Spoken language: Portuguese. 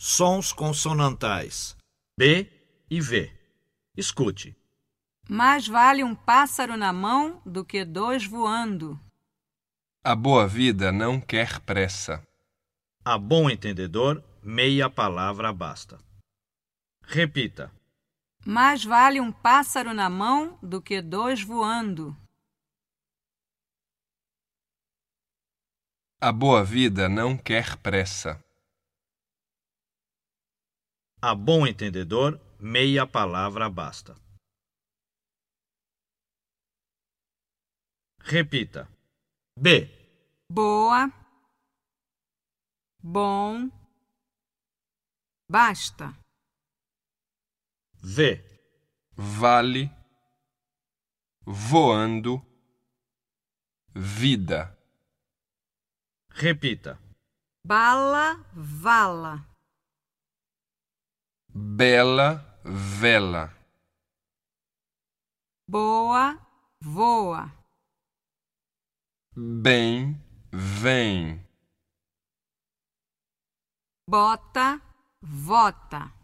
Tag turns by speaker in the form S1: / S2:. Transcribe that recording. S1: Sons consonantais B e V. Escute.
S2: Mais vale um pássaro na mão do que dois voando.
S3: A boa vida não quer pressa.
S1: A bom entendedor, meia palavra basta. Repita.
S2: Mais vale um pássaro na mão do que dois voando.
S3: A boa vida não quer pressa.
S1: A bom entendedor, meia palavra basta. Repita. B.
S2: Boa. Bom. Basta.
S1: V.
S3: Vale. Voando. Vida.
S1: Repita.
S2: Bala, vala.
S3: Bela vela.
S2: Boa, voa.
S3: Bem vem.
S2: Bota, vota.